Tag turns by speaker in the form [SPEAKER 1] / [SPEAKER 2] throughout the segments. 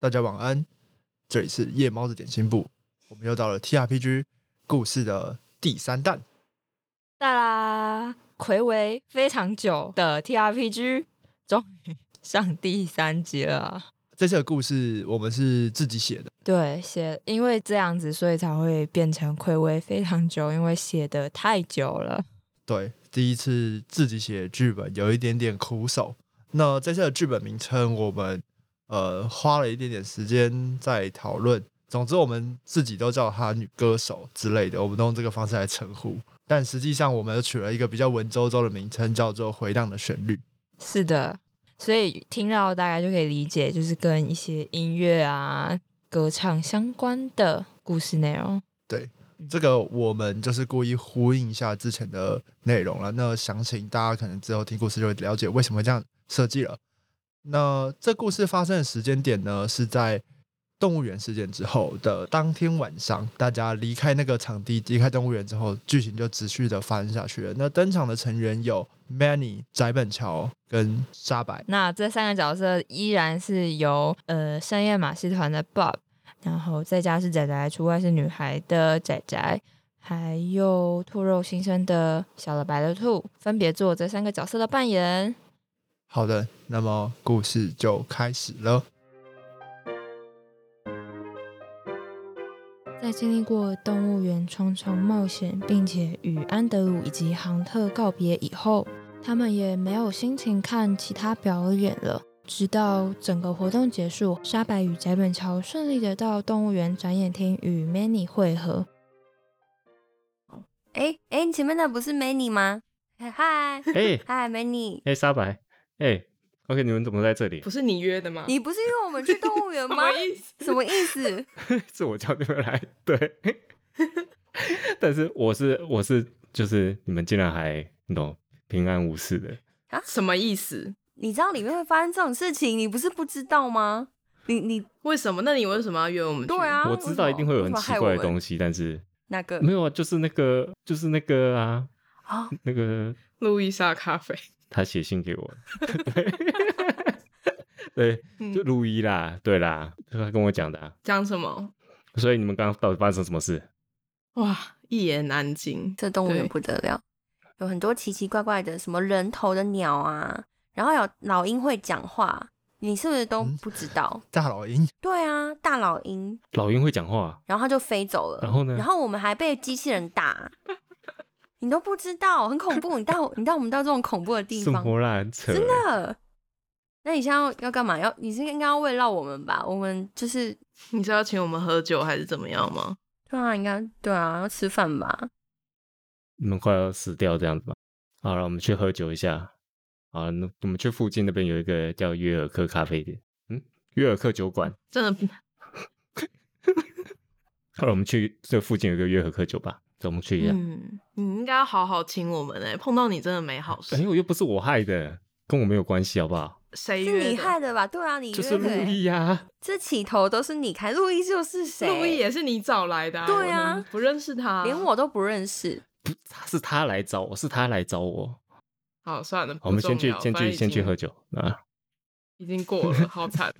[SPEAKER 1] 大家晚安。这里是夜猫子点心部，我们又到了 TRPG 故事的第三弹。
[SPEAKER 2] 哒啦，暌违非常久的 TRPG 终于上第三集了啊。
[SPEAKER 1] 这次的故事我们是自己写的，
[SPEAKER 2] 对，写因为这样子，所以才会变成暌违非常久，因为写的太久了。
[SPEAKER 1] 对，第一次自己写剧本有一点点苦手。那这次的剧本名称，我们呃花了一点点时间在讨论。总之，我们自己都叫她女歌手之类的，我们都用这个方式来称呼。但实际上，我们取了一个比较文绉绉的名称，叫做《回荡的旋律》。
[SPEAKER 2] 是的，所以听到大概就可以理解，就是跟一些音乐啊、歌唱相关的故事内容。
[SPEAKER 1] 这个我们就是故意呼应一下之前的内容了。那详情大家可能之后听故事就会了解为什么会这样设计了。那这故事发生的时间点呢，是在动物园事件之后的当天晚上，大家离开那个场地，离开动物园之后，剧情就持续的发生下去了。那登场的成员有 Manny、翟本乔跟沙白。
[SPEAKER 2] 那这三个角色依然是由呃深夜马戏团的 Bob，然后再加是仔仔除外是女孩的仔仔，还有兔肉新生的小了白的兔，分别做这三个角色的扮演。
[SPEAKER 1] 好的，那么故事就开始了。
[SPEAKER 2] 在经历过动物园重重冒险，并且与安德鲁以及杭特告别以后，他们也没有心情看其他表演了。直到整个活动结束，沙白与翟本乔顺利的到动物园展演厅与 Manny 会合。
[SPEAKER 3] 哎哎，你前面那不是 Many 吗？嗨嗨
[SPEAKER 4] 哎
[SPEAKER 3] 嗨，Many，
[SPEAKER 4] 哎，沙白，哎，OK，你们怎么在这里
[SPEAKER 5] 不？是你约的吗？
[SPEAKER 3] 你不是约我们去动物园
[SPEAKER 5] 什
[SPEAKER 3] 吗
[SPEAKER 5] 么？意思？
[SPEAKER 3] 什么意思？
[SPEAKER 4] 是我叫你们来，对。 但是我是我是就是你们竟然还你懂平安无事的，
[SPEAKER 5] 什么意思？
[SPEAKER 3] 你知道里面会发生这种事情，你不是不知道吗？你你
[SPEAKER 5] 为什么？那你为什么要约我们？
[SPEAKER 3] 对，啊，
[SPEAKER 4] 我知道一定会有很奇怪的东
[SPEAKER 3] 西。
[SPEAKER 4] 西，但是
[SPEAKER 3] 那个
[SPEAKER 4] 没有啊，就是那个就是那个啊，
[SPEAKER 3] 啊，
[SPEAKER 4] 那个
[SPEAKER 5] 路易莎咖啡。
[SPEAKER 4] 他写信给我， 嗯对，
[SPEAKER 5] 嗯
[SPEAKER 4] 就路易啦，对啦，就是他跟我讲的、啊。
[SPEAKER 5] 讲什么？
[SPEAKER 4] 所以你们刚刚到底发生什么事？
[SPEAKER 5] 哇，一言难尽。
[SPEAKER 3] 这动物园
[SPEAKER 5] 对
[SPEAKER 3] 不得了，有很多奇奇怪怪的，什么人头的鸟啊，然后有老鹰会讲话，你是不是都
[SPEAKER 1] 嗯
[SPEAKER 3] 不知道？
[SPEAKER 1] 大老鹰
[SPEAKER 3] 对啊，大老鹰，
[SPEAKER 4] 老鹰会讲话啊、
[SPEAKER 3] 然后它就飞走了。
[SPEAKER 4] 然后呢
[SPEAKER 3] 然后我们还被机器人 打，你都不知道，很恐怖。你带我，你带我们到这种恐怖的地
[SPEAKER 4] 什
[SPEAKER 3] 方，
[SPEAKER 4] 么啦，很扯欸，
[SPEAKER 3] 真的。那你现在要要干嘛？要你是应该要慰劳我们吧？我们就是
[SPEAKER 5] 你是要请我们喝酒还是怎么样吗？
[SPEAKER 3] 对啊，应该对啊，要吃饭吧？
[SPEAKER 4] 你们快要死掉这样子吧。好了，我们去喝酒一下。好，那我们去附近那边有一个叫约尔克咖啡店，嗯，约尔克酒馆。
[SPEAKER 5] 真的
[SPEAKER 4] 后来我们去这附近有一个约尔克酒吧，走，我们去一下。
[SPEAKER 5] 嗯，你应该要好好请我们哎、碰到你真的没好
[SPEAKER 4] 哎、
[SPEAKER 5] 事。
[SPEAKER 4] 我又不是我害的，跟我没有关系，好不好？
[SPEAKER 5] 谁
[SPEAKER 3] 是
[SPEAKER 5] 约
[SPEAKER 3] 你害
[SPEAKER 5] 的？
[SPEAKER 3] 的吧？对啊，你约
[SPEAKER 4] 就是
[SPEAKER 3] 的
[SPEAKER 4] 路
[SPEAKER 3] 欸。
[SPEAKER 4] 易呀、
[SPEAKER 3] 这起头都是你开，路易就是谁？
[SPEAKER 5] 路易也是你找来的、
[SPEAKER 3] 对啊
[SPEAKER 5] 我们不认识他。
[SPEAKER 3] 连我都不认识。
[SPEAKER 4] 不是他来找我，是他来找我。
[SPEAKER 5] 好，算了，
[SPEAKER 4] 我们
[SPEAKER 5] 不重
[SPEAKER 4] 先去
[SPEAKER 5] 要，
[SPEAKER 4] 先
[SPEAKER 5] 反正
[SPEAKER 4] 去
[SPEAKER 5] 已
[SPEAKER 4] 先去
[SPEAKER 5] 经
[SPEAKER 4] 喝，酒啊。
[SPEAKER 5] 已经过了，好惨。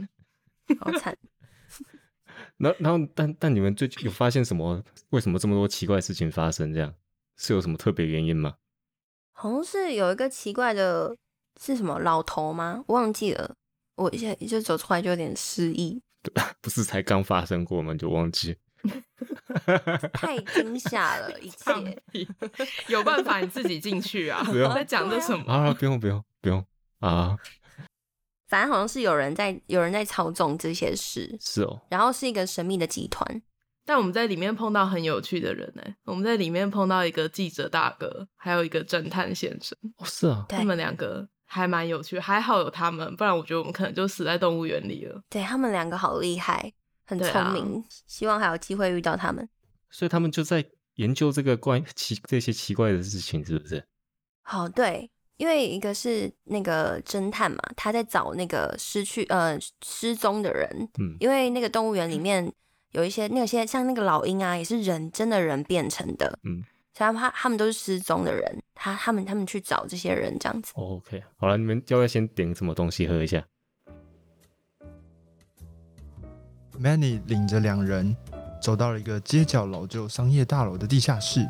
[SPEAKER 3] 好 惨！
[SPEAKER 4] 然后然后，但但你们最近有发现什么？为什么这么多奇怪的事情发生？这样是有什么特别原因吗？
[SPEAKER 3] 好像是有一个奇怪的，是什么老头吗？忘记了。我一下就走出来就有点失忆，
[SPEAKER 4] 不是才刚发生过吗？你就忘 记。
[SPEAKER 3] 太惊吓了，一
[SPEAKER 5] 放
[SPEAKER 3] 切。
[SPEAKER 5] 屁有办法你自己进去啊！
[SPEAKER 4] 不用
[SPEAKER 5] 在讲这什么？
[SPEAKER 4] 好了，不用不用不用啊，
[SPEAKER 3] 反正好像是有人在有人在操纵这些事，
[SPEAKER 4] 是哦，
[SPEAKER 3] 然后是一个神秘的集团。
[SPEAKER 5] 但我们在里面碰到很有趣的人呢、我们在里面碰到一个记者大哥，还有一个侦探先生，
[SPEAKER 4] 哦是啊，
[SPEAKER 3] 对
[SPEAKER 5] 他们两个还蛮有趣，还好有他们，不然我觉得我们可能就死在动物园里了。
[SPEAKER 3] 对他们两个好厉害，很
[SPEAKER 5] 对
[SPEAKER 3] 聪
[SPEAKER 5] 啊
[SPEAKER 3] 明，希望还有机会遇到他们。
[SPEAKER 4] 所以他们就在研究这个怪奇这些奇怪的事情，是不是？
[SPEAKER 3] 好，对，因为一个是那个侦探嘛，他在找那个失去呃失踪的人，
[SPEAKER 4] 嗯，
[SPEAKER 3] 因为那个动物园里
[SPEAKER 5] 嗯
[SPEAKER 3] 面有一些那些像那个老鹰啊，也是人真的人变成的，
[SPEAKER 4] 嗯，
[SPEAKER 3] 所以他他们都是失踪的人，他他们他们去找这些人这样子。
[SPEAKER 4] 哦 OK，好了，你们要不要先点什么东西喝一下？
[SPEAKER 1] Manny 领着两人走到了一个街角老旧商业大楼的地下室，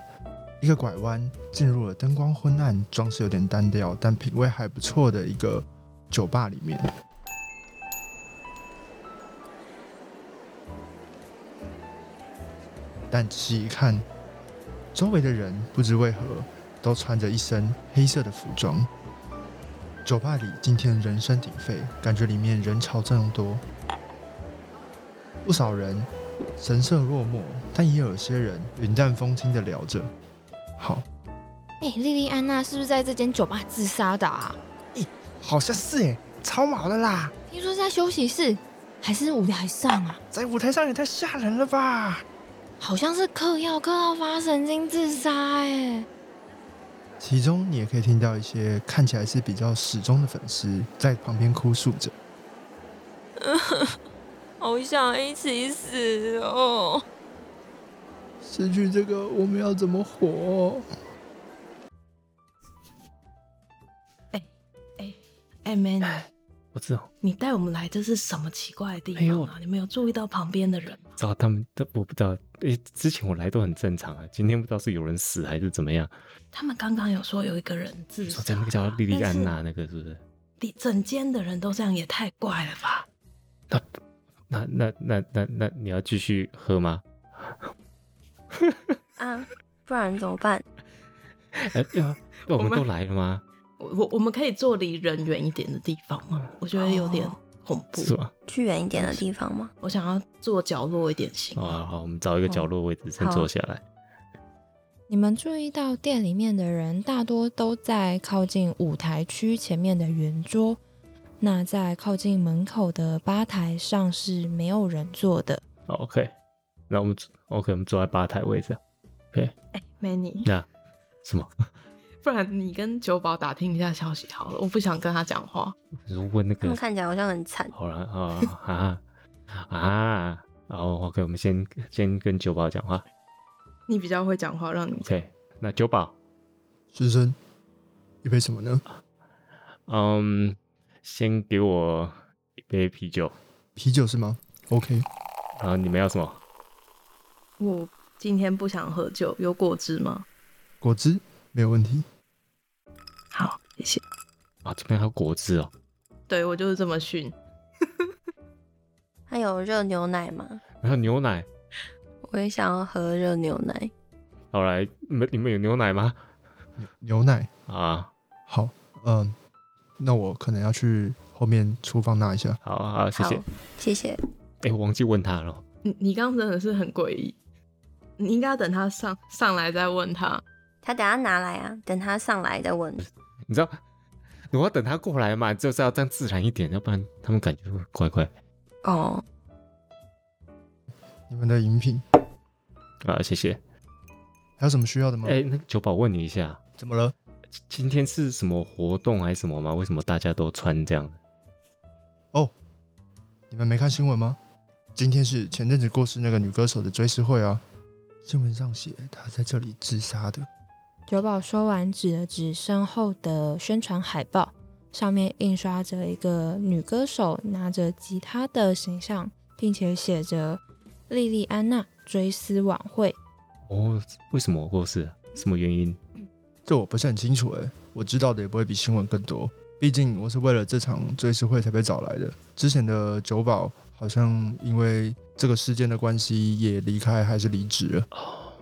[SPEAKER 1] 一个拐弯进入了灯光昏暗、装饰有点单调但品味还不错的一个酒吧里面。但仔细一看，周围的人不知为何都穿着一身黑色的服装。酒吧里今天人声鼎沸，感觉里面人潮众多，不少人神色落寞，但也有些人云淡风轻的聊着。好，
[SPEAKER 2] 哎、莉莉安娜是不是在这间酒吧自杀的啊？
[SPEAKER 1] 好像是哎，超毛的啦，
[SPEAKER 2] 听说是在休息室，还是舞台上啊？
[SPEAKER 1] 在舞台上也太吓人了吧！
[SPEAKER 2] 好像是嗑药嗑到发神经自杀哎、
[SPEAKER 1] 其中你也可以听到一些看起来是比较始终的粉丝在旁边哭诉着。
[SPEAKER 2] 好想一起死哦！
[SPEAKER 1] 失去这个，我们要怎么活？
[SPEAKER 5] 哎，Manny，
[SPEAKER 4] 我知道，
[SPEAKER 5] 你带我们来这是什么奇怪的地
[SPEAKER 4] 哎
[SPEAKER 5] 方
[SPEAKER 4] 呦
[SPEAKER 5] 啊？你们有注意到旁边的人吗？
[SPEAKER 4] 知道他们，但我不知道。诶，之前我来都很正常啊，今天不知道是有人死还是怎么样。
[SPEAKER 5] 他们刚刚有说有一个人自
[SPEAKER 4] 说
[SPEAKER 5] 杀，
[SPEAKER 4] 在那个叫莉莉安
[SPEAKER 5] 但
[SPEAKER 4] 娜那个啊是不是？
[SPEAKER 5] 是你整间的人都这样，也太怪了吧？
[SPEAKER 4] 那那那那那你要继续喝 吗？
[SPEAKER 3] 啊，不然怎么办？
[SPEAKER 4] 哎呀，我们都来了吗？
[SPEAKER 5] 我我我们可以坐离人远一点的地方吗？我觉得有点恐怖，
[SPEAKER 4] 是哦吧？
[SPEAKER 3] 去远一点的地方吗？
[SPEAKER 5] 我想要坐角落一点行
[SPEAKER 4] 哦，
[SPEAKER 5] 吗？
[SPEAKER 4] 好好，我们找一个角落位置先
[SPEAKER 3] 啊
[SPEAKER 4] 坐下来。
[SPEAKER 2] 你们注意到店里面的人大多都在靠近舞台区前面的圆桌，那在靠近门口的吧台上是没有人坐的。
[SPEAKER 4] 好 OK，那我们 OK，我们坐在吧台位置啊。
[SPEAKER 5] Manny，
[SPEAKER 4] 那什么？
[SPEAKER 5] 不然你跟酒保打听一下消息好了，我不想跟他讲话。
[SPEAKER 4] 你说问那
[SPEAKER 3] 他
[SPEAKER 4] 个
[SPEAKER 3] 们看起来好像很惨。
[SPEAKER 4] 好了啊啊啊！然后 OK，我们先先跟酒保讲话。
[SPEAKER 5] 你比较会讲话，让你
[SPEAKER 4] OK，那酒保，
[SPEAKER 1] 先生，一杯什么呢？
[SPEAKER 4] 嗯，先给我一杯啤酒，
[SPEAKER 1] 啤酒是吗？OK，
[SPEAKER 4] 然后你们要什么？
[SPEAKER 5] 我今天不想喝酒，有果汁吗？
[SPEAKER 1] 果汁没有问题。
[SPEAKER 5] 好，谢谢。
[SPEAKER 4] 啊，这边还有果汁哦。
[SPEAKER 5] 对我就是这么训。
[SPEAKER 3] 还有热牛奶吗？
[SPEAKER 4] 还有牛奶。
[SPEAKER 3] 我也想要喝热牛奶。
[SPEAKER 4] 好来，你们你们有牛奶吗？
[SPEAKER 1] 牛奶
[SPEAKER 4] 啊，
[SPEAKER 1] 好，嗯，那我可能要去后面厨房拿一下。
[SPEAKER 4] 好好，谢谢
[SPEAKER 3] 好。，谢谢。
[SPEAKER 4] 哎、我忘记问他了。
[SPEAKER 5] 你你刚刚真的是很诡异，你应该要等他上上来再问他。
[SPEAKER 3] 他等下拿来啊，等他上来再问。
[SPEAKER 4] 你知道， 我要等他过来嘛，就是要这样自然一点，要不然他们感觉会怪怪。
[SPEAKER 3] 哦，
[SPEAKER 1] 你们的饮品
[SPEAKER 4] 啊，谢谢。
[SPEAKER 1] 还有什么需要的吗？
[SPEAKER 4] 哎、那个酒保问你一下，
[SPEAKER 1] 怎么了？
[SPEAKER 4] 今天是什么活动还是什么吗？为什么大家都穿这样？
[SPEAKER 1] 你们没看新闻吗？今天是前阵子过世那个女歌手的追思会啊，新闻上写她在这里自杀的。
[SPEAKER 2] 九宝说完，指了指身后的宣传海报，上面印刷着一个女歌手拿着吉他的形象，并且写着“莉莉安娜追思晚会
[SPEAKER 4] 哦，为什么我过世？什么原因？
[SPEAKER 1] 这我不是很清楚哎、我知道的也不会比新闻更多，毕竟我是为了这场追思会才被找来的。之前的九保好像因为这个事件的关系也离开还是离职了。
[SPEAKER 4] 哦，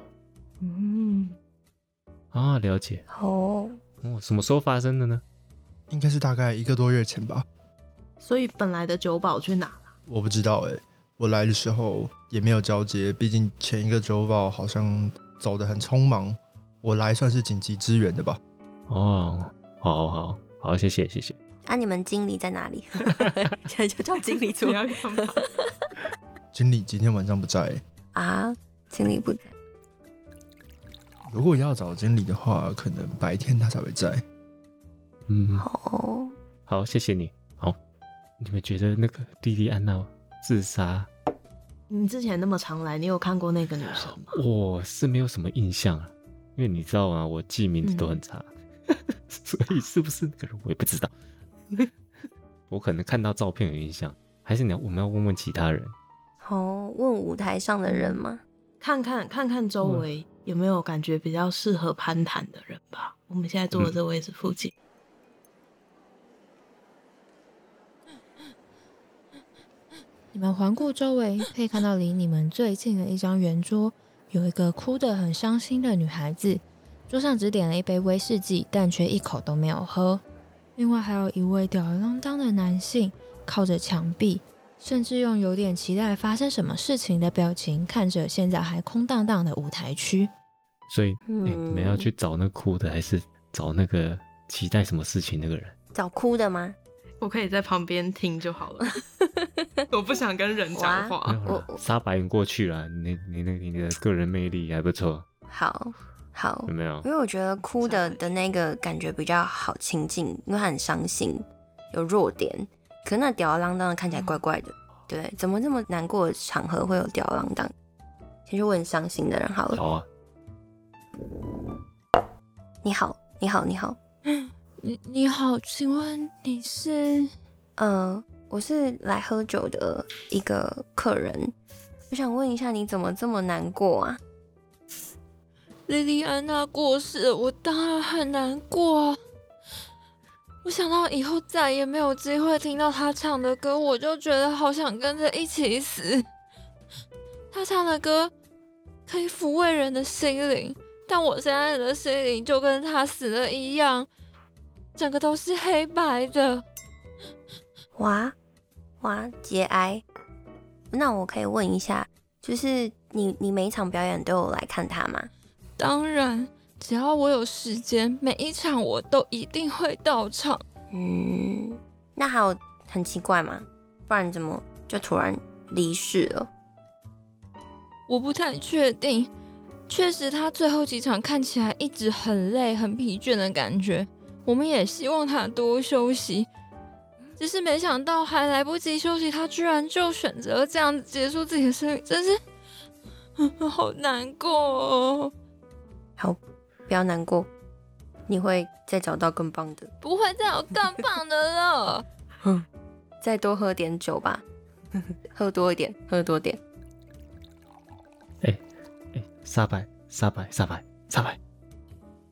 [SPEAKER 5] 嗯，
[SPEAKER 4] 啊，了解。
[SPEAKER 3] 哦，
[SPEAKER 4] 哦，什么时候发生的呢？
[SPEAKER 1] 应该是大概一个多月前吧，
[SPEAKER 5] 所以本来的酒保去哪？
[SPEAKER 1] 我不知道哎、我来的时候也没有交接，毕竟前一个九保好像走得很匆忙，我来算是紧急支援的吧。
[SPEAKER 4] 哦，好好好，谢谢谢谢。
[SPEAKER 3] 啊，你们经理在哪 里？现在就叫经理出
[SPEAKER 5] 你
[SPEAKER 3] 来
[SPEAKER 5] 要干嘛？
[SPEAKER 1] 经理今天晚上不在欸、
[SPEAKER 3] 啊，经理不在。
[SPEAKER 1] 如果要找经理的话，可能白天他才会在。
[SPEAKER 4] 嗯，
[SPEAKER 3] 哦，
[SPEAKER 4] 好，谢谢你。好，你们觉得那个莉莉安娜自杀，
[SPEAKER 5] 你之前那么常来，你有看过那个女生吗？
[SPEAKER 4] 我是没有什么印象啊，因为你知道吗，我记名字
[SPEAKER 3] 嗯
[SPEAKER 4] 都很差， 所以是不是那个人我也不知道。 我可能看到照片有印象，还是你要我们要问问其他人？
[SPEAKER 3] 哦，问舞台上的人吗？
[SPEAKER 5] 看看看看周
[SPEAKER 4] 嗯
[SPEAKER 5] 围有没有感觉比较适合攀谈的人吧。我们现在坐的这位置附近，
[SPEAKER 2] 你们环顾周围， 可以看到离你们最近的一张圆桌，有一个哭得很伤心的女孩子，桌上只点了一杯威士忌，但却一口都没有喝。另外还有一位吊儿郎当的男性，靠着墙壁，甚至用有点期待发生什么事情的表情看着现在还空荡荡的舞台区。
[SPEAKER 4] 所以，哎、
[SPEAKER 3] 嗯
[SPEAKER 4] 你们要去找那哭的，还是找那个期待什么事情那个人？
[SPEAKER 3] 找哭的吗？
[SPEAKER 5] 我可以在旁边听就好了。我不想跟人讲
[SPEAKER 4] 没
[SPEAKER 5] 话。
[SPEAKER 4] 有啦
[SPEAKER 3] 我，
[SPEAKER 4] 杀白云过去了，你你那你的个人魅力还不错，
[SPEAKER 3] 好好
[SPEAKER 4] 有，没有
[SPEAKER 3] 因？为我觉得哭的的那个感觉比较好亲近，因为他很伤心，有弱点。可是那吊儿郎当的看起来怪怪的，对，怎么这么难过的场合会有吊儿郎当？先去问伤心的人好了。
[SPEAKER 4] 好啊，
[SPEAKER 3] 你好，你好，你好，
[SPEAKER 2] 你你好，请问你是？
[SPEAKER 3] 呃，我是来喝酒的一个客人，我想问一下你怎么这么难过啊？
[SPEAKER 2] 莉莉安娜过世，我当然很难过啊。我想到以后再也没有机会听到她唱的歌，我就觉得好想跟着一起死。她唱的歌可以抚慰人的心灵，但我现在的心灵就跟她死了一样，整个都是黑白的。
[SPEAKER 3] 哇哇节哀。那我可以问一下，就是你你每一场表演都有来看他吗？
[SPEAKER 2] 当然，只要我有时间，每一场我都一定会到场。
[SPEAKER 3] 嗯，那还有很奇怪吗？不然怎么就突然离世了？
[SPEAKER 2] 我不太确定。确实，他最后几场看起来一直很累、很疲倦的感觉。我们也希望他多休息，只是没想到还来不及休息，他居然就选择这样子结束自己的生命，真是 好难过哦！
[SPEAKER 3] 好，不要难过，你会再找到更棒的。
[SPEAKER 2] 不会再有更棒的了。
[SPEAKER 3] 再多喝点酒吧， 喝多一点，喝多点。
[SPEAKER 4] 哎、杀白杀白杀白杀白，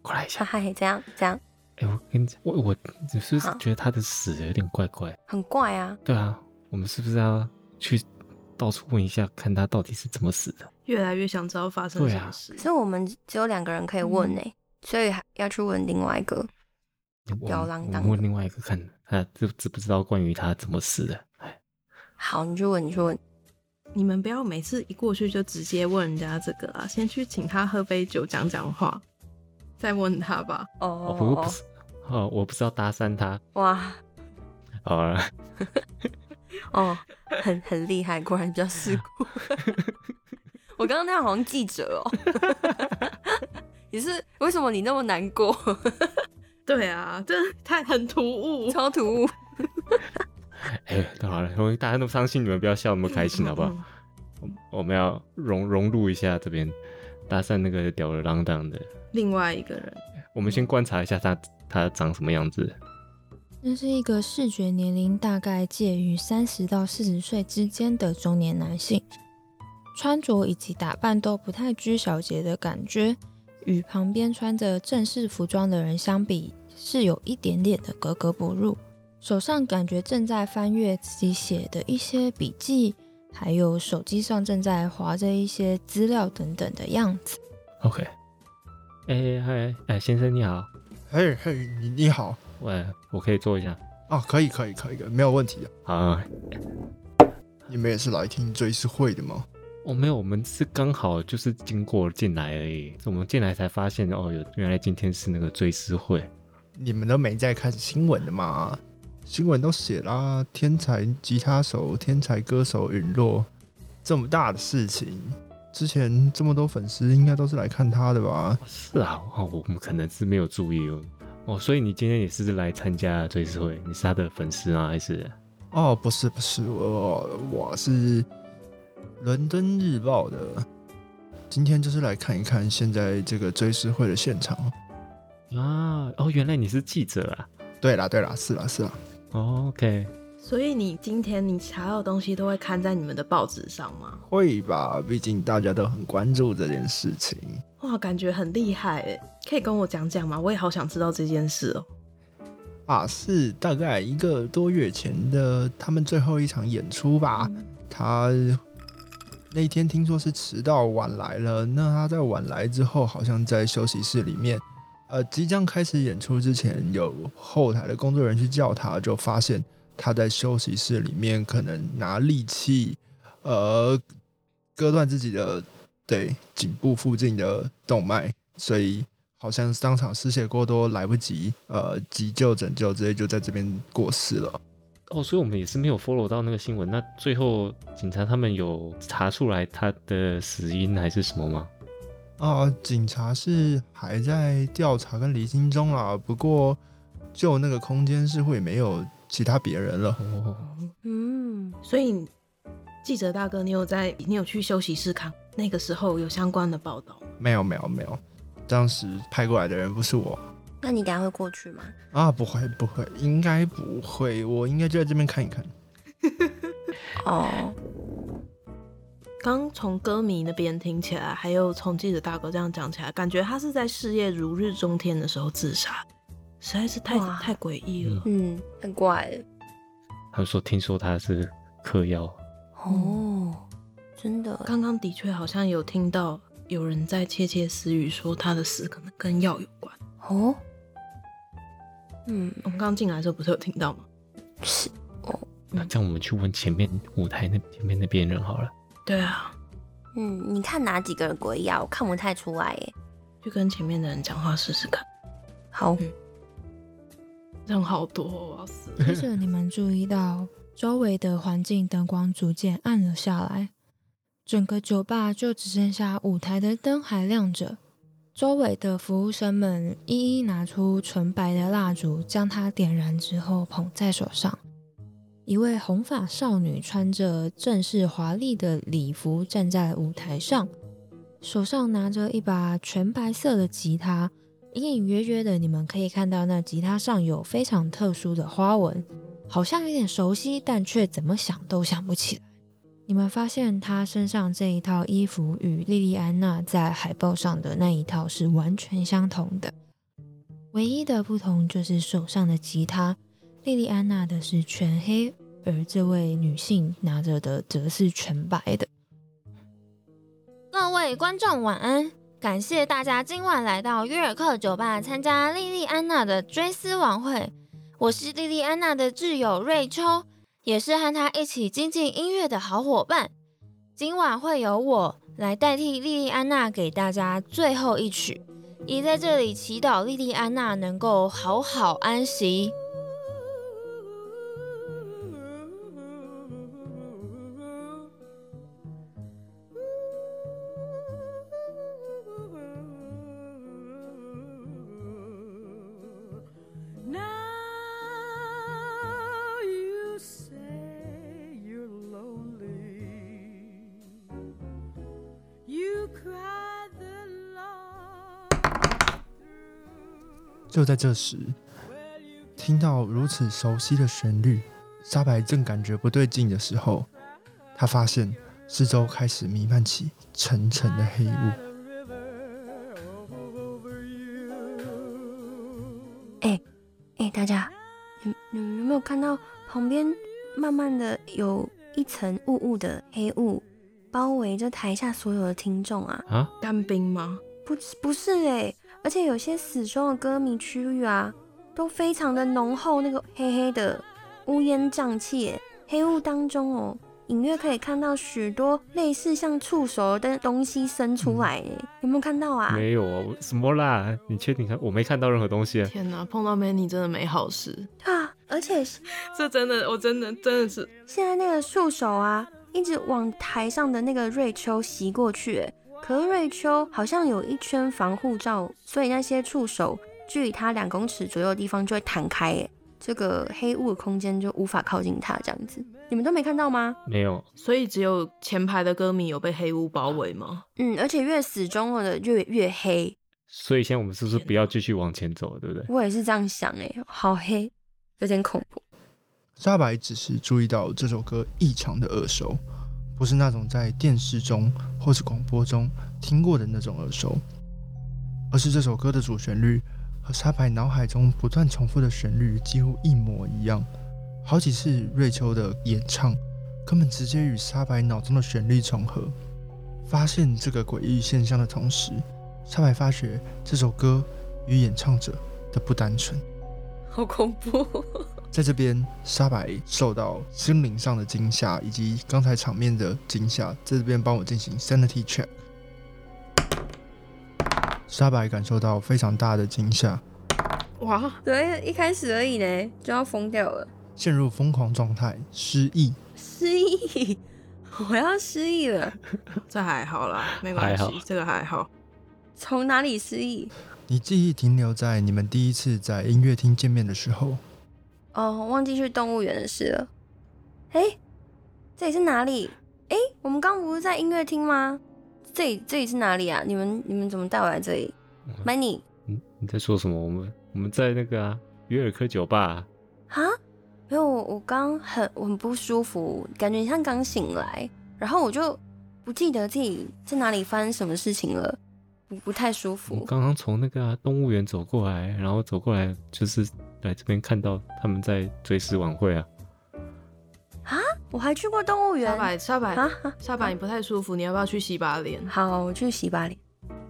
[SPEAKER 4] 过来一下
[SPEAKER 3] 哈。哈，啊这样这样
[SPEAKER 4] 哎、我跟你讲，我我你是不是
[SPEAKER 3] 好
[SPEAKER 4] 觉得他的死有点怪怪？
[SPEAKER 3] 很怪啊。
[SPEAKER 4] 对啊，我们是不是要去到处问一下，看他到底是怎么死的？
[SPEAKER 5] 越来越想知道发生
[SPEAKER 4] 对
[SPEAKER 5] 什
[SPEAKER 4] 啊
[SPEAKER 5] 么事。
[SPEAKER 3] 所以我们只有两个人可以问呢、所以还要去问另外一个。
[SPEAKER 4] 我
[SPEAKER 3] 吊儿
[SPEAKER 4] 我
[SPEAKER 3] 郎
[SPEAKER 4] 们
[SPEAKER 3] 当的
[SPEAKER 4] 问另外一个看他知知不知道关于他怎么死的？哎，
[SPEAKER 3] 好，你去问，你去问。
[SPEAKER 5] 你们不要每次一过去就直接问人家这个啦，先去请他喝杯酒，讲讲话，再问他吧。
[SPEAKER 4] 我
[SPEAKER 3] 哦
[SPEAKER 4] 不不是，哦，我不知道搭讪他。
[SPEAKER 3] 哇，
[SPEAKER 4] 好啊，
[SPEAKER 3] 哦，很很厉害，果然比较世故。 我刚刚那样好像记者哦。 你是为什么你那么难过？
[SPEAKER 5] 对啊，这太很突兀。
[SPEAKER 3] 超突兀。
[SPEAKER 4] 哎，好了，我大家那么伤心，你们不要笑那么开心，好 不好？
[SPEAKER 5] 嗯？嗯
[SPEAKER 4] 我我们要融融入一下这边，搭讪那个吊儿郎当的。
[SPEAKER 5] 另外一个人，
[SPEAKER 4] 我们先观察一下他他长什么样子。
[SPEAKER 3] 嗯
[SPEAKER 2] 那是一个视觉年龄大概介于三十到四十岁之间的中年男性，穿着以及打扮都不太拘小节的感觉，与旁边穿着正式服装的人相比，是有一点点的格格不入。手上感觉正在翻阅自己写的一些笔记，还有手机上正在划着一些资料等等的样子。
[SPEAKER 4] OK，哎嗨哎，先生你好，
[SPEAKER 1] 嘿嘿，你你好
[SPEAKER 4] 喂，我可以坐一下。
[SPEAKER 1] 啊，可以可以可以，可以没有问题的。
[SPEAKER 4] 好，
[SPEAKER 1] 你们也是来听追思会的吗？
[SPEAKER 4] 哦没有，我们是刚好就是经过进来而已。我们进来才发现哦，有原来今天是那个追思会。
[SPEAKER 1] 你们都没在看新闻的嘛？新闻都写啦，天才吉他手、天才歌手陨落，这么大的事情，之前这么多粉丝应该都是来看他的吧？
[SPEAKER 4] 是啊，哦，我们可能是没有注意哦。哦，所以你今天也是来参加追思会？你是他的粉丝吗？还是？
[SPEAKER 1] 哦，不是不是，我我是伦敦日报的，今天就是来看一看现在这个追思会的现场。
[SPEAKER 4] 啊，哦，原来你是记者啊。
[SPEAKER 1] 对啦对啦，是啦是啦，
[SPEAKER 4] 哦 OK，
[SPEAKER 5] 所以你今天你查到的东西都会刊在你们的报纸上吗？
[SPEAKER 1] 会吧？毕竟大家都很关注这件事情。
[SPEAKER 5] 哇，感觉很厉害诶，可以跟我讲讲吗？我也好想知道这件事哦、
[SPEAKER 1] 啊，是大概一个多月前的他们最后一场演出吧。他那天听说是迟到晚来了，那他在晚来之后，好像在休息室里面，呃，即将开始演出之前，有后台的工作人员去叫他，就发现他在休息室里面可能拿利器，呃，割断自己的对颈部附近的动脉，所以好像是当场失血过多，来不及呃急救拯救，直接就在这边过世了。
[SPEAKER 4] 哦，所以我们也是没有 follow 到那个新闻。那最后警察他们有查出来他的死因还是什么吗？
[SPEAKER 1] 啊、警察是还在调查跟厘清中啦，不过就那个空间似乎也没有其他别人了。
[SPEAKER 4] 哦，
[SPEAKER 3] 嗯，
[SPEAKER 5] 所以记者大哥，你有在你有去休息室看那个时候有相关的报道吗？
[SPEAKER 1] 没有没有没有，当时派过来的人不是我
[SPEAKER 3] 那你等下会过去吗？
[SPEAKER 1] 啊，不会不会，应该不会，我应该就在这边看一看。
[SPEAKER 3] 哦，
[SPEAKER 5] 刚从歌迷那边听起来，还有从记者大哥这样讲起来，感觉他是在事业如日中天的时候自杀，实在是太
[SPEAKER 3] 哇
[SPEAKER 5] 太诡异了。
[SPEAKER 3] 嗯，很怪了
[SPEAKER 4] 他们说听说他是嗑药，
[SPEAKER 3] 哦，真的
[SPEAKER 5] 刚刚的确好像有听到有人在窃窃私语说他的死可能跟药有关。
[SPEAKER 3] 哦，嗯，
[SPEAKER 5] 我们刚进来的时候不是有听到吗？
[SPEAKER 3] 是
[SPEAKER 4] 那这样我们去问前面舞台那前面那边人好了。
[SPEAKER 5] 对啊，
[SPEAKER 3] 嗯，你看哪几个人鬼呀？我看不太出来耶。
[SPEAKER 5] 去跟前面的人讲话试试看，
[SPEAKER 3] 好，
[SPEAKER 5] 人好多哦、我要死了。
[SPEAKER 2] 接着你们注意到周围的环境灯光逐渐暗了下来，整个酒吧就只剩下舞台的灯还亮着。周围的服务生们一一拿出纯白的蜡烛，将它点燃之后捧在手上。一位红发少女穿着正式华丽的礼服站在舞台上，手上拿着一把全白色的吉他，隐隐约约的，你们可以看到那吉他上有非常特殊的花纹，好像有点熟悉，但却怎么想都想不起来。你们发现他身上这一套衣服与莉莉安娜在海报上的那一套是完全相同的，唯一的不同就是手上的吉他，莉莉安娜的是全黑，而这位女性拿着的则是全白的。各位观众晚安，感谢大家今晚来到约尔克酒吧参加莉莉安娜的追思晚会。我是莉莉安娜的挚友瑞秋，也是和她一起精进音乐的好伙伴。今晚会由我来代替莉莉安娜给大家最后一曲，也在这里祈祷莉莉安娜能够好好安息。
[SPEAKER 6] Now you say you're lonely. You cried the long
[SPEAKER 1] 就在这时，听到如此熟悉的旋律，沙白正感觉不对劲的时候，他发现四周开始弥漫起沉沉的黑雾。
[SPEAKER 6] the river over you.
[SPEAKER 3] 哎、大家，你你们有没有看到旁边慢慢的有一层雾雾的黑雾包围着台下所有的听众啊？
[SPEAKER 4] 啊，
[SPEAKER 5] 干冰吗？
[SPEAKER 3] 不是不是哎、而且有些死忠的歌迷区域啊，都非常的浓厚那个黑黑的乌烟瘴气、欸，黑雾当中哦，隐约可以看到许多类似像触手的东西伸出来、欸，有没有看到啊？
[SPEAKER 4] 没有啊，我什么啦？你确定看？我没看到任何东西啊。
[SPEAKER 5] 天哪，碰到 Manny 真的没好事。
[SPEAKER 3] 对啊，而且
[SPEAKER 5] 这真的，我真的真的是
[SPEAKER 3] 现在那个触手啊，一直往台上的那个瑞秋袭过去欸，可是瑞秋好像有一圈防护罩，所以那些触手距离它两公尺左右的地方就会弹开，哎，这个黑雾的空间就无法靠近它，这样子，你们都没看到吗？
[SPEAKER 4] 没有，
[SPEAKER 5] 所以只有前排的歌迷有被黑屋包围吗？
[SPEAKER 3] 嗯，而且越死忠了的越越黑，
[SPEAKER 4] 所以现在我们是不是不要继续往前走了，对不对？
[SPEAKER 3] 欸我也是这样想，哎，好黑，有点恐怖。
[SPEAKER 1] 沙白只是注意到这首歌异常的耳熟，不是那种在电视中或是广播中听过的那种耳熟，而是这首歌的主旋律和沙白脑海中不断重复的旋律几乎一模一样。好几次瑞秋的演唱根本直接与沙白脑中的旋律重合。发现这个诡异现象的同时，沙白发觉这首歌与演唱者的不单纯。
[SPEAKER 3] 好恐怖！
[SPEAKER 1] 在这边，沙白受到心灵上的惊吓以及刚才场面的惊吓，在这边帮我进行 sanity check。沙白感受到非常大的惊吓，
[SPEAKER 5] 哇，
[SPEAKER 3] 对，一开始而已呢，就要疯掉了，
[SPEAKER 1] 陷入疯狂状态，失忆。
[SPEAKER 3] 失忆，我要失忆了，
[SPEAKER 5] 这还好啦，没
[SPEAKER 4] 还
[SPEAKER 5] 关
[SPEAKER 4] 好
[SPEAKER 5] 系，这个还好。
[SPEAKER 3] 从哪里失忆？
[SPEAKER 1] 你记忆停留在你们第一次在音乐厅见面的时候，
[SPEAKER 3] 哦，忘记去动物园的事了。哎、这里是哪里？哎、我们刚不是在音乐厅吗？这里这里是哪里啊？你们你们怎么带我来这里？Money
[SPEAKER 4] 嗯，你在说什么？我们我们在那个啊约尔克酒吧
[SPEAKER 3] 啊？
[SPEAKER 4] 啊、
[SPEAKER 3] 没有，我我刚很我很不舒服，感觉像刚醒来，然后我就不记得自己在哪里发生什么事情了，不不太舒
[SPEAKER 4] 我
[SPEAKER 3] 服。
[SPEAKER 4] 嗯刚刚从那个、啊、动物园走过来，然后走过来就是来这边看到他们在追思晚会啊。
[SPEAKER 3] 我还去过动物园
[SPEAKER 5] 沙白，沙白，
[SPEAKER 3] 啊！
[SPEAKER 5] 沙白，你不太舒服，你要不要去洗把脸？
[SPEAKER 3] 好，我去洗把脸。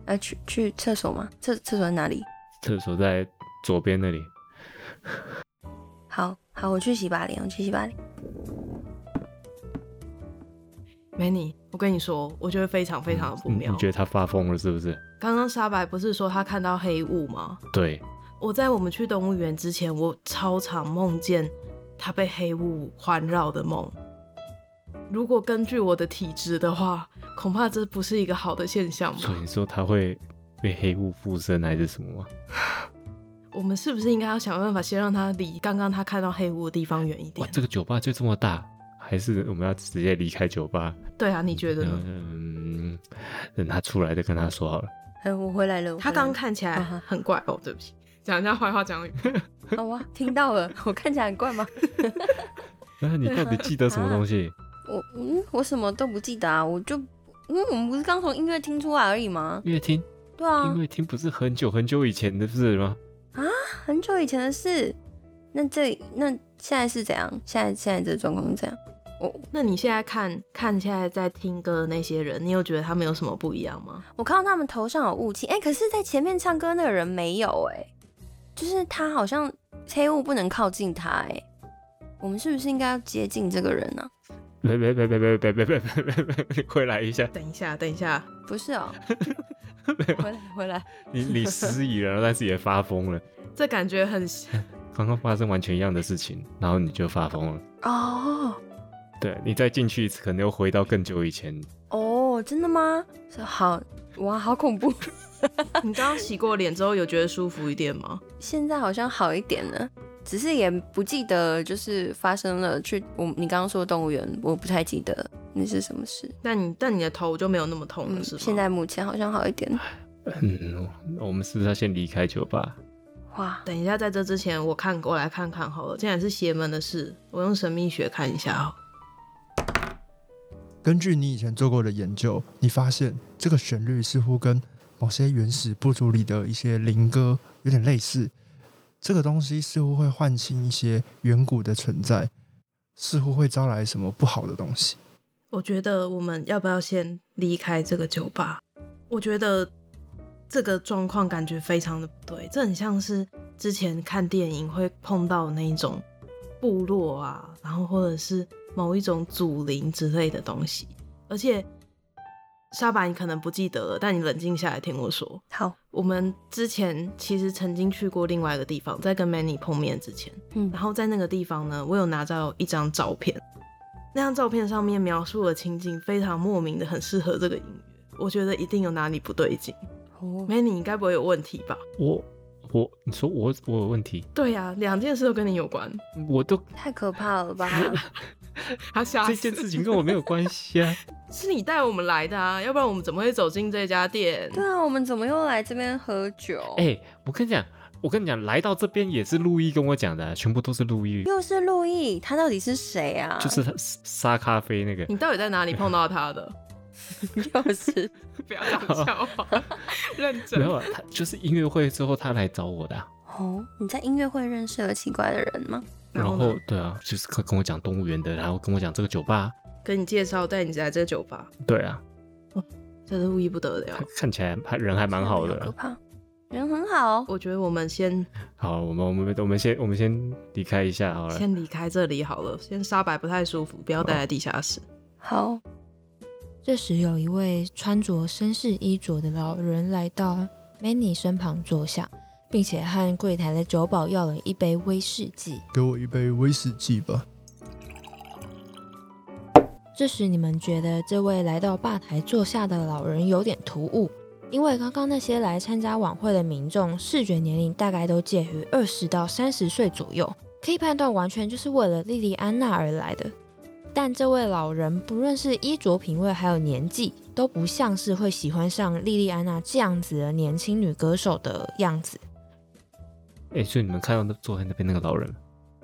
[SPEAKER 3] 呃，去去厕所吗？厕厕所在哪里？
[SPEAKER 4] 厕所在左边那里。
[SPEAKER 3] 好好，我去洗把脸，我去洗把脸。
[SPEAKER 5] 美女，我跟你说，我觉得非常非常的不
[SPEAKER 4] 嗯你
[SPEAKER 5] 妙
[SPEAKER 4] 你。觉得他发疯了是不是？
[SPEAKER 5] 刚刚沙白不是说他看到黑雾吗？
[SPEAKER 4] 对，
[SPEAKER 5] 我在我们去动物园之前，我超常梦见他被黑雾环绕的梦。如果根据我的体质的话，恐怕这不是一个好的现象吧
[SPEAKER 4] 所以？你说他会被黑雾附身还是什么吗？
[SPEAKER 5] 我们是不是应该要想办法先让他离刚刚他看到黑雾的地方远一
[SPEAKER 4] 哇，
[SPEAKER 5] 点？
[SPEAKER 4] 这个酒吧就这么大，还是我们要直接离开酒吧？
[SPEAKER 5] 对啊，你觉得呢？
[SPEAKER 4] 嗯，等他出来再跟他说好了。
[SPEAKER 3] 哎，我回来了。我
[SPEAKER 5] 他
[SPEAKER 3] 回来
[SPEAKER 5] 刚
[SPEAKER 3] 了
[SPEAKER 5] 看起来
[SPEAKER 3] 嗯哼
[SPEAKER 5] 很怪哦，对不起，讲人家坏话讲语。
[SPEAKER 3] 好哇，听到了，我看起来很怪吗？
[SPEAKER 4] 那你到底记得什么东西？
[SPEAKER 3] 我嗯，我什么都不记得啊，我就因为我们不是刚从音乐厅出来而已吗？
[SPEAKER 4] 乐听，
[SPEAKER 3] 对啊
[SPEAKER 4] 因，为听不是很久很久以前的事吗？
[SPEAKER 3] 很久以前的事。那这那现在是怎样？现在现在这个状况是怎样？我
[SPEAKER 5] 那你现在看看现在在听歌的那些人，你有觉得他们有什么不一样吗？
[SPEAKER 3] 我看到他们头上有雾气，哎、可是，在前面唱歌那个人没有、哎，就是他好像黑雾不能靠近他、哎，我们是不是应该要接近这个人呢、
[SPEAKER 4] 别别别别别别别别别别别，回来一下！
[SPEAKER 5] 等一下，等一下，
[SPEAKER 3] 不是哦，回来回来，
[SPEAKER 4] 你你失忆了，但是也发疯了。
[SPEAKER 5] 这感觉很
[SPEAKER 4] 刚刚发生完全一样的事情，然后你就发疯了。
[SPEAKER 3] 哦
[SPEAKER 4] 对你再进去一次，可能又回到更久以前。
[SPEAKER 3] 哦，真的吗？好哇，好恐怖。
[SPEAKER 5] 你刚刚洗过脸之后，有觉得舒服一点吗？
[SPEAKER 3] 现在好像好一点了，只是也不记得就是发生了去我你刚刚说动物园，我不太记得那是什么事。
[SPEAKER 5] 但你但你的头就没有那么痛了，
[SPEAKER 3] 嗯，
[SPEAKER 5] 是吗？
[SPEAKER 3] 现在目前好像好一点。
[SPEAKER 4] 嗯，我们是不是要先离开酒吧？
[SPEAKER 3] 哇，
[SPEAKER 5] 等一下，在这之前，我看过来看看好了，竟然是邪门的事，我用神秘学看一下哦。
[SPEAKER 1] 根据你以前做过的研究，你发现这个旋律似乎跟某些原始部族里的一些灵歌有点类似。这个东西似乎会唤醒一些远古的存在，似乎会招来什么不好的东西。
[SPEAKER 5] 我觉得我们要不要先离开这个酒吧？我觉得这个状况感觉非常的不对，这很像是之前看电影会碰到的那一种部落啊，然后或者是某一种祖灵之类的东西。而且，沙巴你可能不记得了，但你冷静下来听我说，
[SPEAKER 3] 好，
[SPEAKER 5] 我们之前其实曾经去过另外一个地方，在跟 Manny 碰面之前，
[SPEAKER 3] 嗯
[SPEAKER 5] 然后在那个地方呢，我有拿到一张照片，那张照片上面描述的情景非常莫名的，很适合这个音乐，我觉得一定有哪里不对劲。
[SPEAKER 3] 哦，
[SPEAKER 5] Manny 你该不会有问题吧？
[SPEAKER 4] 我我，你说我我有问题？
[SPEAKER 5] 对呀、两件事都跟你有关，
[SPEAKER 4] 我都
[SPEAKER 3] 太可怕了 吧？
[SPEAKER 5] 他吓死
[SPEAKER 4] 这件事情跟我没有关系啊。
[SPEAKER 5] 是你带我们来的啊，要不然我们怎么会走进这家店？
[SPEAKER 3] 对啊，我们怎么又来这边喝酒？
[SPEAKER 4] 哎、我跟你讲，我跟你讲，来到这边也是路易跟我讲的啊、全部都是路易，
[SPEAKER 3] 又是陆毅，他到底是谁啊？
[SPEAKER 4] 就是他沙咖啡那个。
[SPEAKER 5] 你到底在哪里碰到他的？
[SPEAKER 3] 又 是
[SPEAKER 5] 不要讲笑 话，认真
[SPEAKER 4] 没。有啊，他就是音乐会之后他来找我的啊、
[SPEAKER 3] 哦，你在音乐会认识了奇怪的人吗？
[SPEAKER 4] 然
[SPEAKER 5] 呢
[SPEAKER 4] 后对啊，就是跟跟我讲动物园的，然后跟我讲这个酒吧，
[SPEAKER 5] 跟你介绍带你来这个酒吧，
[SPEAKER 4] 对啊，
[SPEAKER 5] 真是无一不得了
[SPEAKER 4] 他。看起来还人还蛮好的
[SPEAKER 3] 好可
[SPEAKER 4] 啊。
[SPEAKER 3] 怕，人很好。
[SPEAKER 5] 我觉得我们先
[SPEAKER 4] 好，我们我们我们先我们先离开一下好了。
[SPEAKER 5] 先离开这里好了，先沙白不太舒服，不要待在地下室。
[SPEAKER 3] 好，
[SPEAKER 2] 这时，有一位穿着绅士衣着的老人来到 Manny 身旁坐下，并且和柜台的酒保要了一杯威士忌。
[SPEAKER 7] 给我一杯威士忌吧。
[SPEAKER 2] 这时，你们觉得这位来到吧台坐下的老人有点突兀，因为刚刚那些来参加晚会的民众视觉年龄大概都介于二十到三十岁左右，可以判断完全就是为了莉莉安娜而来的。但这位老人不论是衣着品味还有年纪，都不像是会喜欢上莉莉安娜这样子的年轻女歌手的样子。
[SPEAKER 4] 哎、所以你们看到那坐在那边那个老人吗，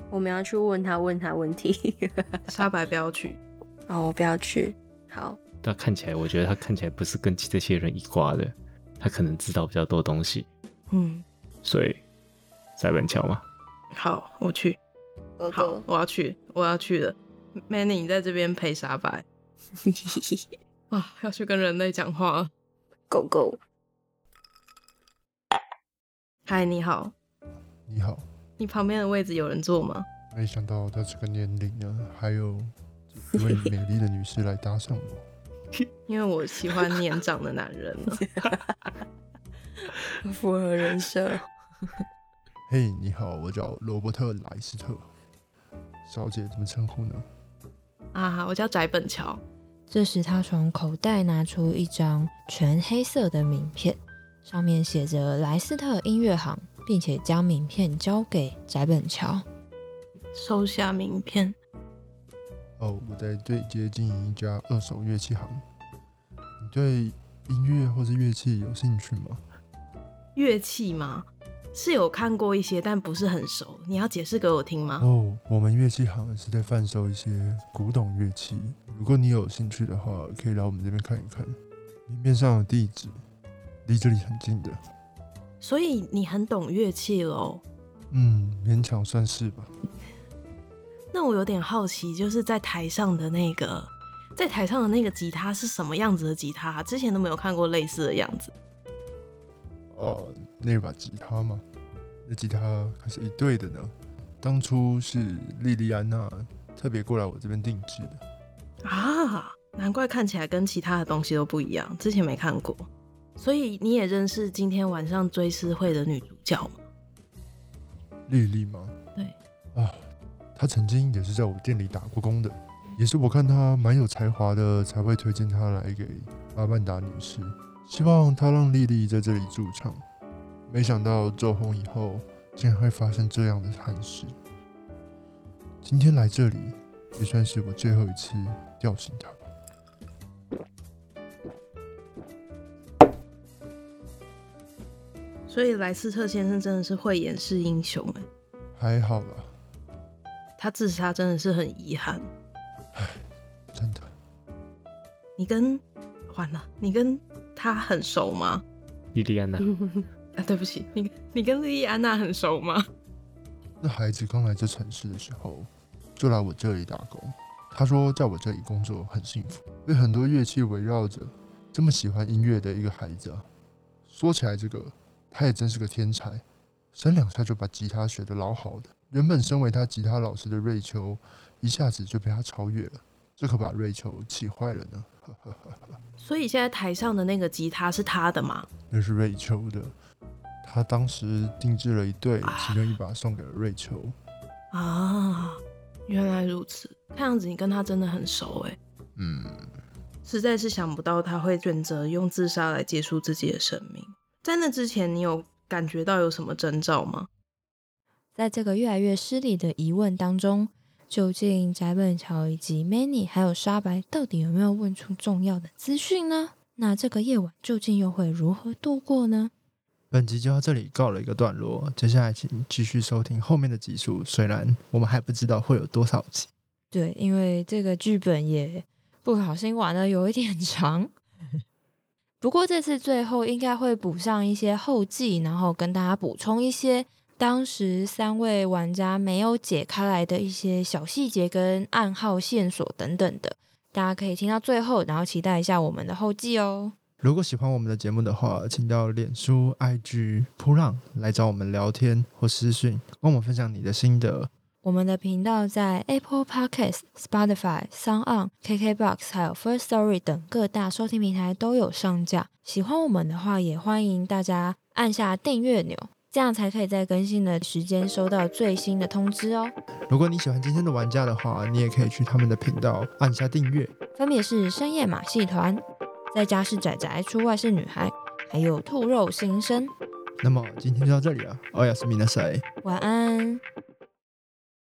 [SPEAKER 3] 我们要去问他问他问题。
[SPEAKER 5] 沙白不要去，
[SPEAKER 3] 哦，我不要去。好，
[SPEAKER 4] 他看起来，我觉得他看起来不是跟这些人一挂的，他可能知道比较多东西，
[SPEAKER 5] 嗯，
[SPEAKER 4] 所以塞本桥嘛，
[SPEAKER 5] 好，我去，
[SPEAKER 3] 哥
[SPEAKER 5] 好
[SPEAKER 3] 哥，，
[SPEAKER 5] 我要去，我要去了。Manny，你在这边陪沙白哇，要去跟人类讲话了。
[SPEAKER 3] 狗狗，
[SPEAKER 5] 嗨，你好，
[SPEAKER 1] 你好，
[SPEAKER 5] 你旁边的位置有人坐吗？
[SPEAKER 1] 没想到在这个年龄啊，还有一位美丽的女士来搭讪我。
[SPEAKER 5] 因为我喜欢年长的男人了。
[SPEAKER 3] 符合人设。
[SPEAKER 1] 嘿，你好，我叫罗伯特莱斯特，小姐怎么称呼呢？
[SPEAKER 5] 啊，我叫翟本桥，
[SPEAKER 2] 这时，他从口袋拿出一张全黑色的名片，上面写着莱斯特音乐行，并且将名片交给翟本桥。
[SPEAKER 5] 收下名片。
[SPEAKER 1] 哦，我在对接经营一家二手乐器行。你对音乐或是乐器有兴趣吗？
[SPEAKER 5] 乐器吗？是有看过一些，但不是很熟。你要解释给我听吗？
[SPEAKER 1] 哦，我们乐器行是在贩售一些古董乐器，如果你有兴趣的话，可以来我们这边看一看。明面上有地址，离这里很近的。
[SPEAKER 5] 所以你很懂乐器喽？
[SPEAKER 1] 嗯，勉强算是吧。
[SPEAKER 5] 那我有点好奇，就是在台上的那个，在台上的那个吉他是什么样子的吉他啊、之前都没有看过类似的样子。
[SPEAKER 1] 哦，那把吉他嘛，那吉他还是一对的呢。当初是莉莉安娜特别过来我这边定制的。
[SPEAKER 5] 啊，难怪看起来跟其他的东西都不一样，之前没看过。所以你也认识今天晚上追思会的女主角吗？
[SPEAKER 1] 莉莉吗？
[SPEAKER 5] 对。
[SPEAKER 1] 啊，她曾经也是在我店里打过工的，也是我看她蛮有才华的，才会推荐她来给阿曼达女士，希望她让莉莉在这里驻唱。没想到走红以后，竟然会发生这样的憾事。今天来这里，也算是我最后一次吊醒她吧。
[SPEAKER 5] 所以莱斯特先生真的是慧眼识英雄
[SPEAKER 1] 还
[SPEAKER 5] 哎，
[SPEAKER 1] 好啦，
[SPEAKER 5] 他自杀真的是很遗憾。
[SPEAKER 1] 真的。
[SPEAKER 5] 你跟完了，你跟他很熟吗？
[SPEAKER 4] 莉莉安娜，
[SPEAKER 5] 啊，对不起，你你跟莉莉安娜很熟吗？
[SPEAKER 1] 那孩子刚来这城市的时候，就来我这里打工。他说在我这里工作很幸福，被很多乐器围绕着。这么喜欢音乐的一个孩子啊，说起来这个，他也真是个天才，三两下就把吉他学得老好的。原本身为他吉他老师的瑞秋，一下子就被他超越了，这可把瑞秋气坏了呢。
[SPEAKER 5] 所以现在台上的那个吉他是他的吗？
[SPEAKER 1] 那是瑞秋的，他当时定制了一对，其中一把送给了瑞秋。
[SPEAKER 5] 啊，原来如此，看样子你跟他真的很熟哎，
[SPEAKER 1] 嗯，
[SPEAKER 5] 实在是想不到他会选择用自杀来结束自己的生命。在那之前，你有感觉到有什么征兆吗？
[SPEAKER 2] 在这个越来越失礼的疑问当中，究竟翟本桥以及 Manny 还有沙白到底有没有问出重要的资讯呢？那这个夜晚究竟又会如何度过呢？
[SPEAKER 1] 本集就到这里告了一个段落，接下来请继续收听后面的集数。虽然我们还不知道会有多少集，
[SPEAKER 2] 对，因为这个剧本也不小心玩的有一点 长，不过这次最后应该会补上一些后记，然后跟大家补充一些当时三位玩家没有解开来的一些小细节跟暗号线索等等的，大家可以听到最后，然后期待一下我们的后记哦。
[SPEAKER 1] 如果喜欢我们的节目的话，请到脸书、IG、扑浪来找我们聊天或私讯，跟我们分享你的心得。
[SPEAKER 2] 我们的频道在 Apple Podcast、Spotify、Sound On、KKBox 还有 First Story 等各大收听平台都有上架。喜欢我们的话，也欢迎大家按下订阅钮，这样才可以在更新的时间收到最新的通知哦。
[SPEAKER 1] 如果你喜欢今天的玩家的话，你也可以去他们的频道按下订阅。
[SPEAKER 2] 分别是深夜马戏团，在家是仔仔，出外是女孩，还有兔肉新生。
[SPEAKER 1] 那么今天就到这里了，欧亚斯米纳塞。
[SPEAKER 2] 晚安。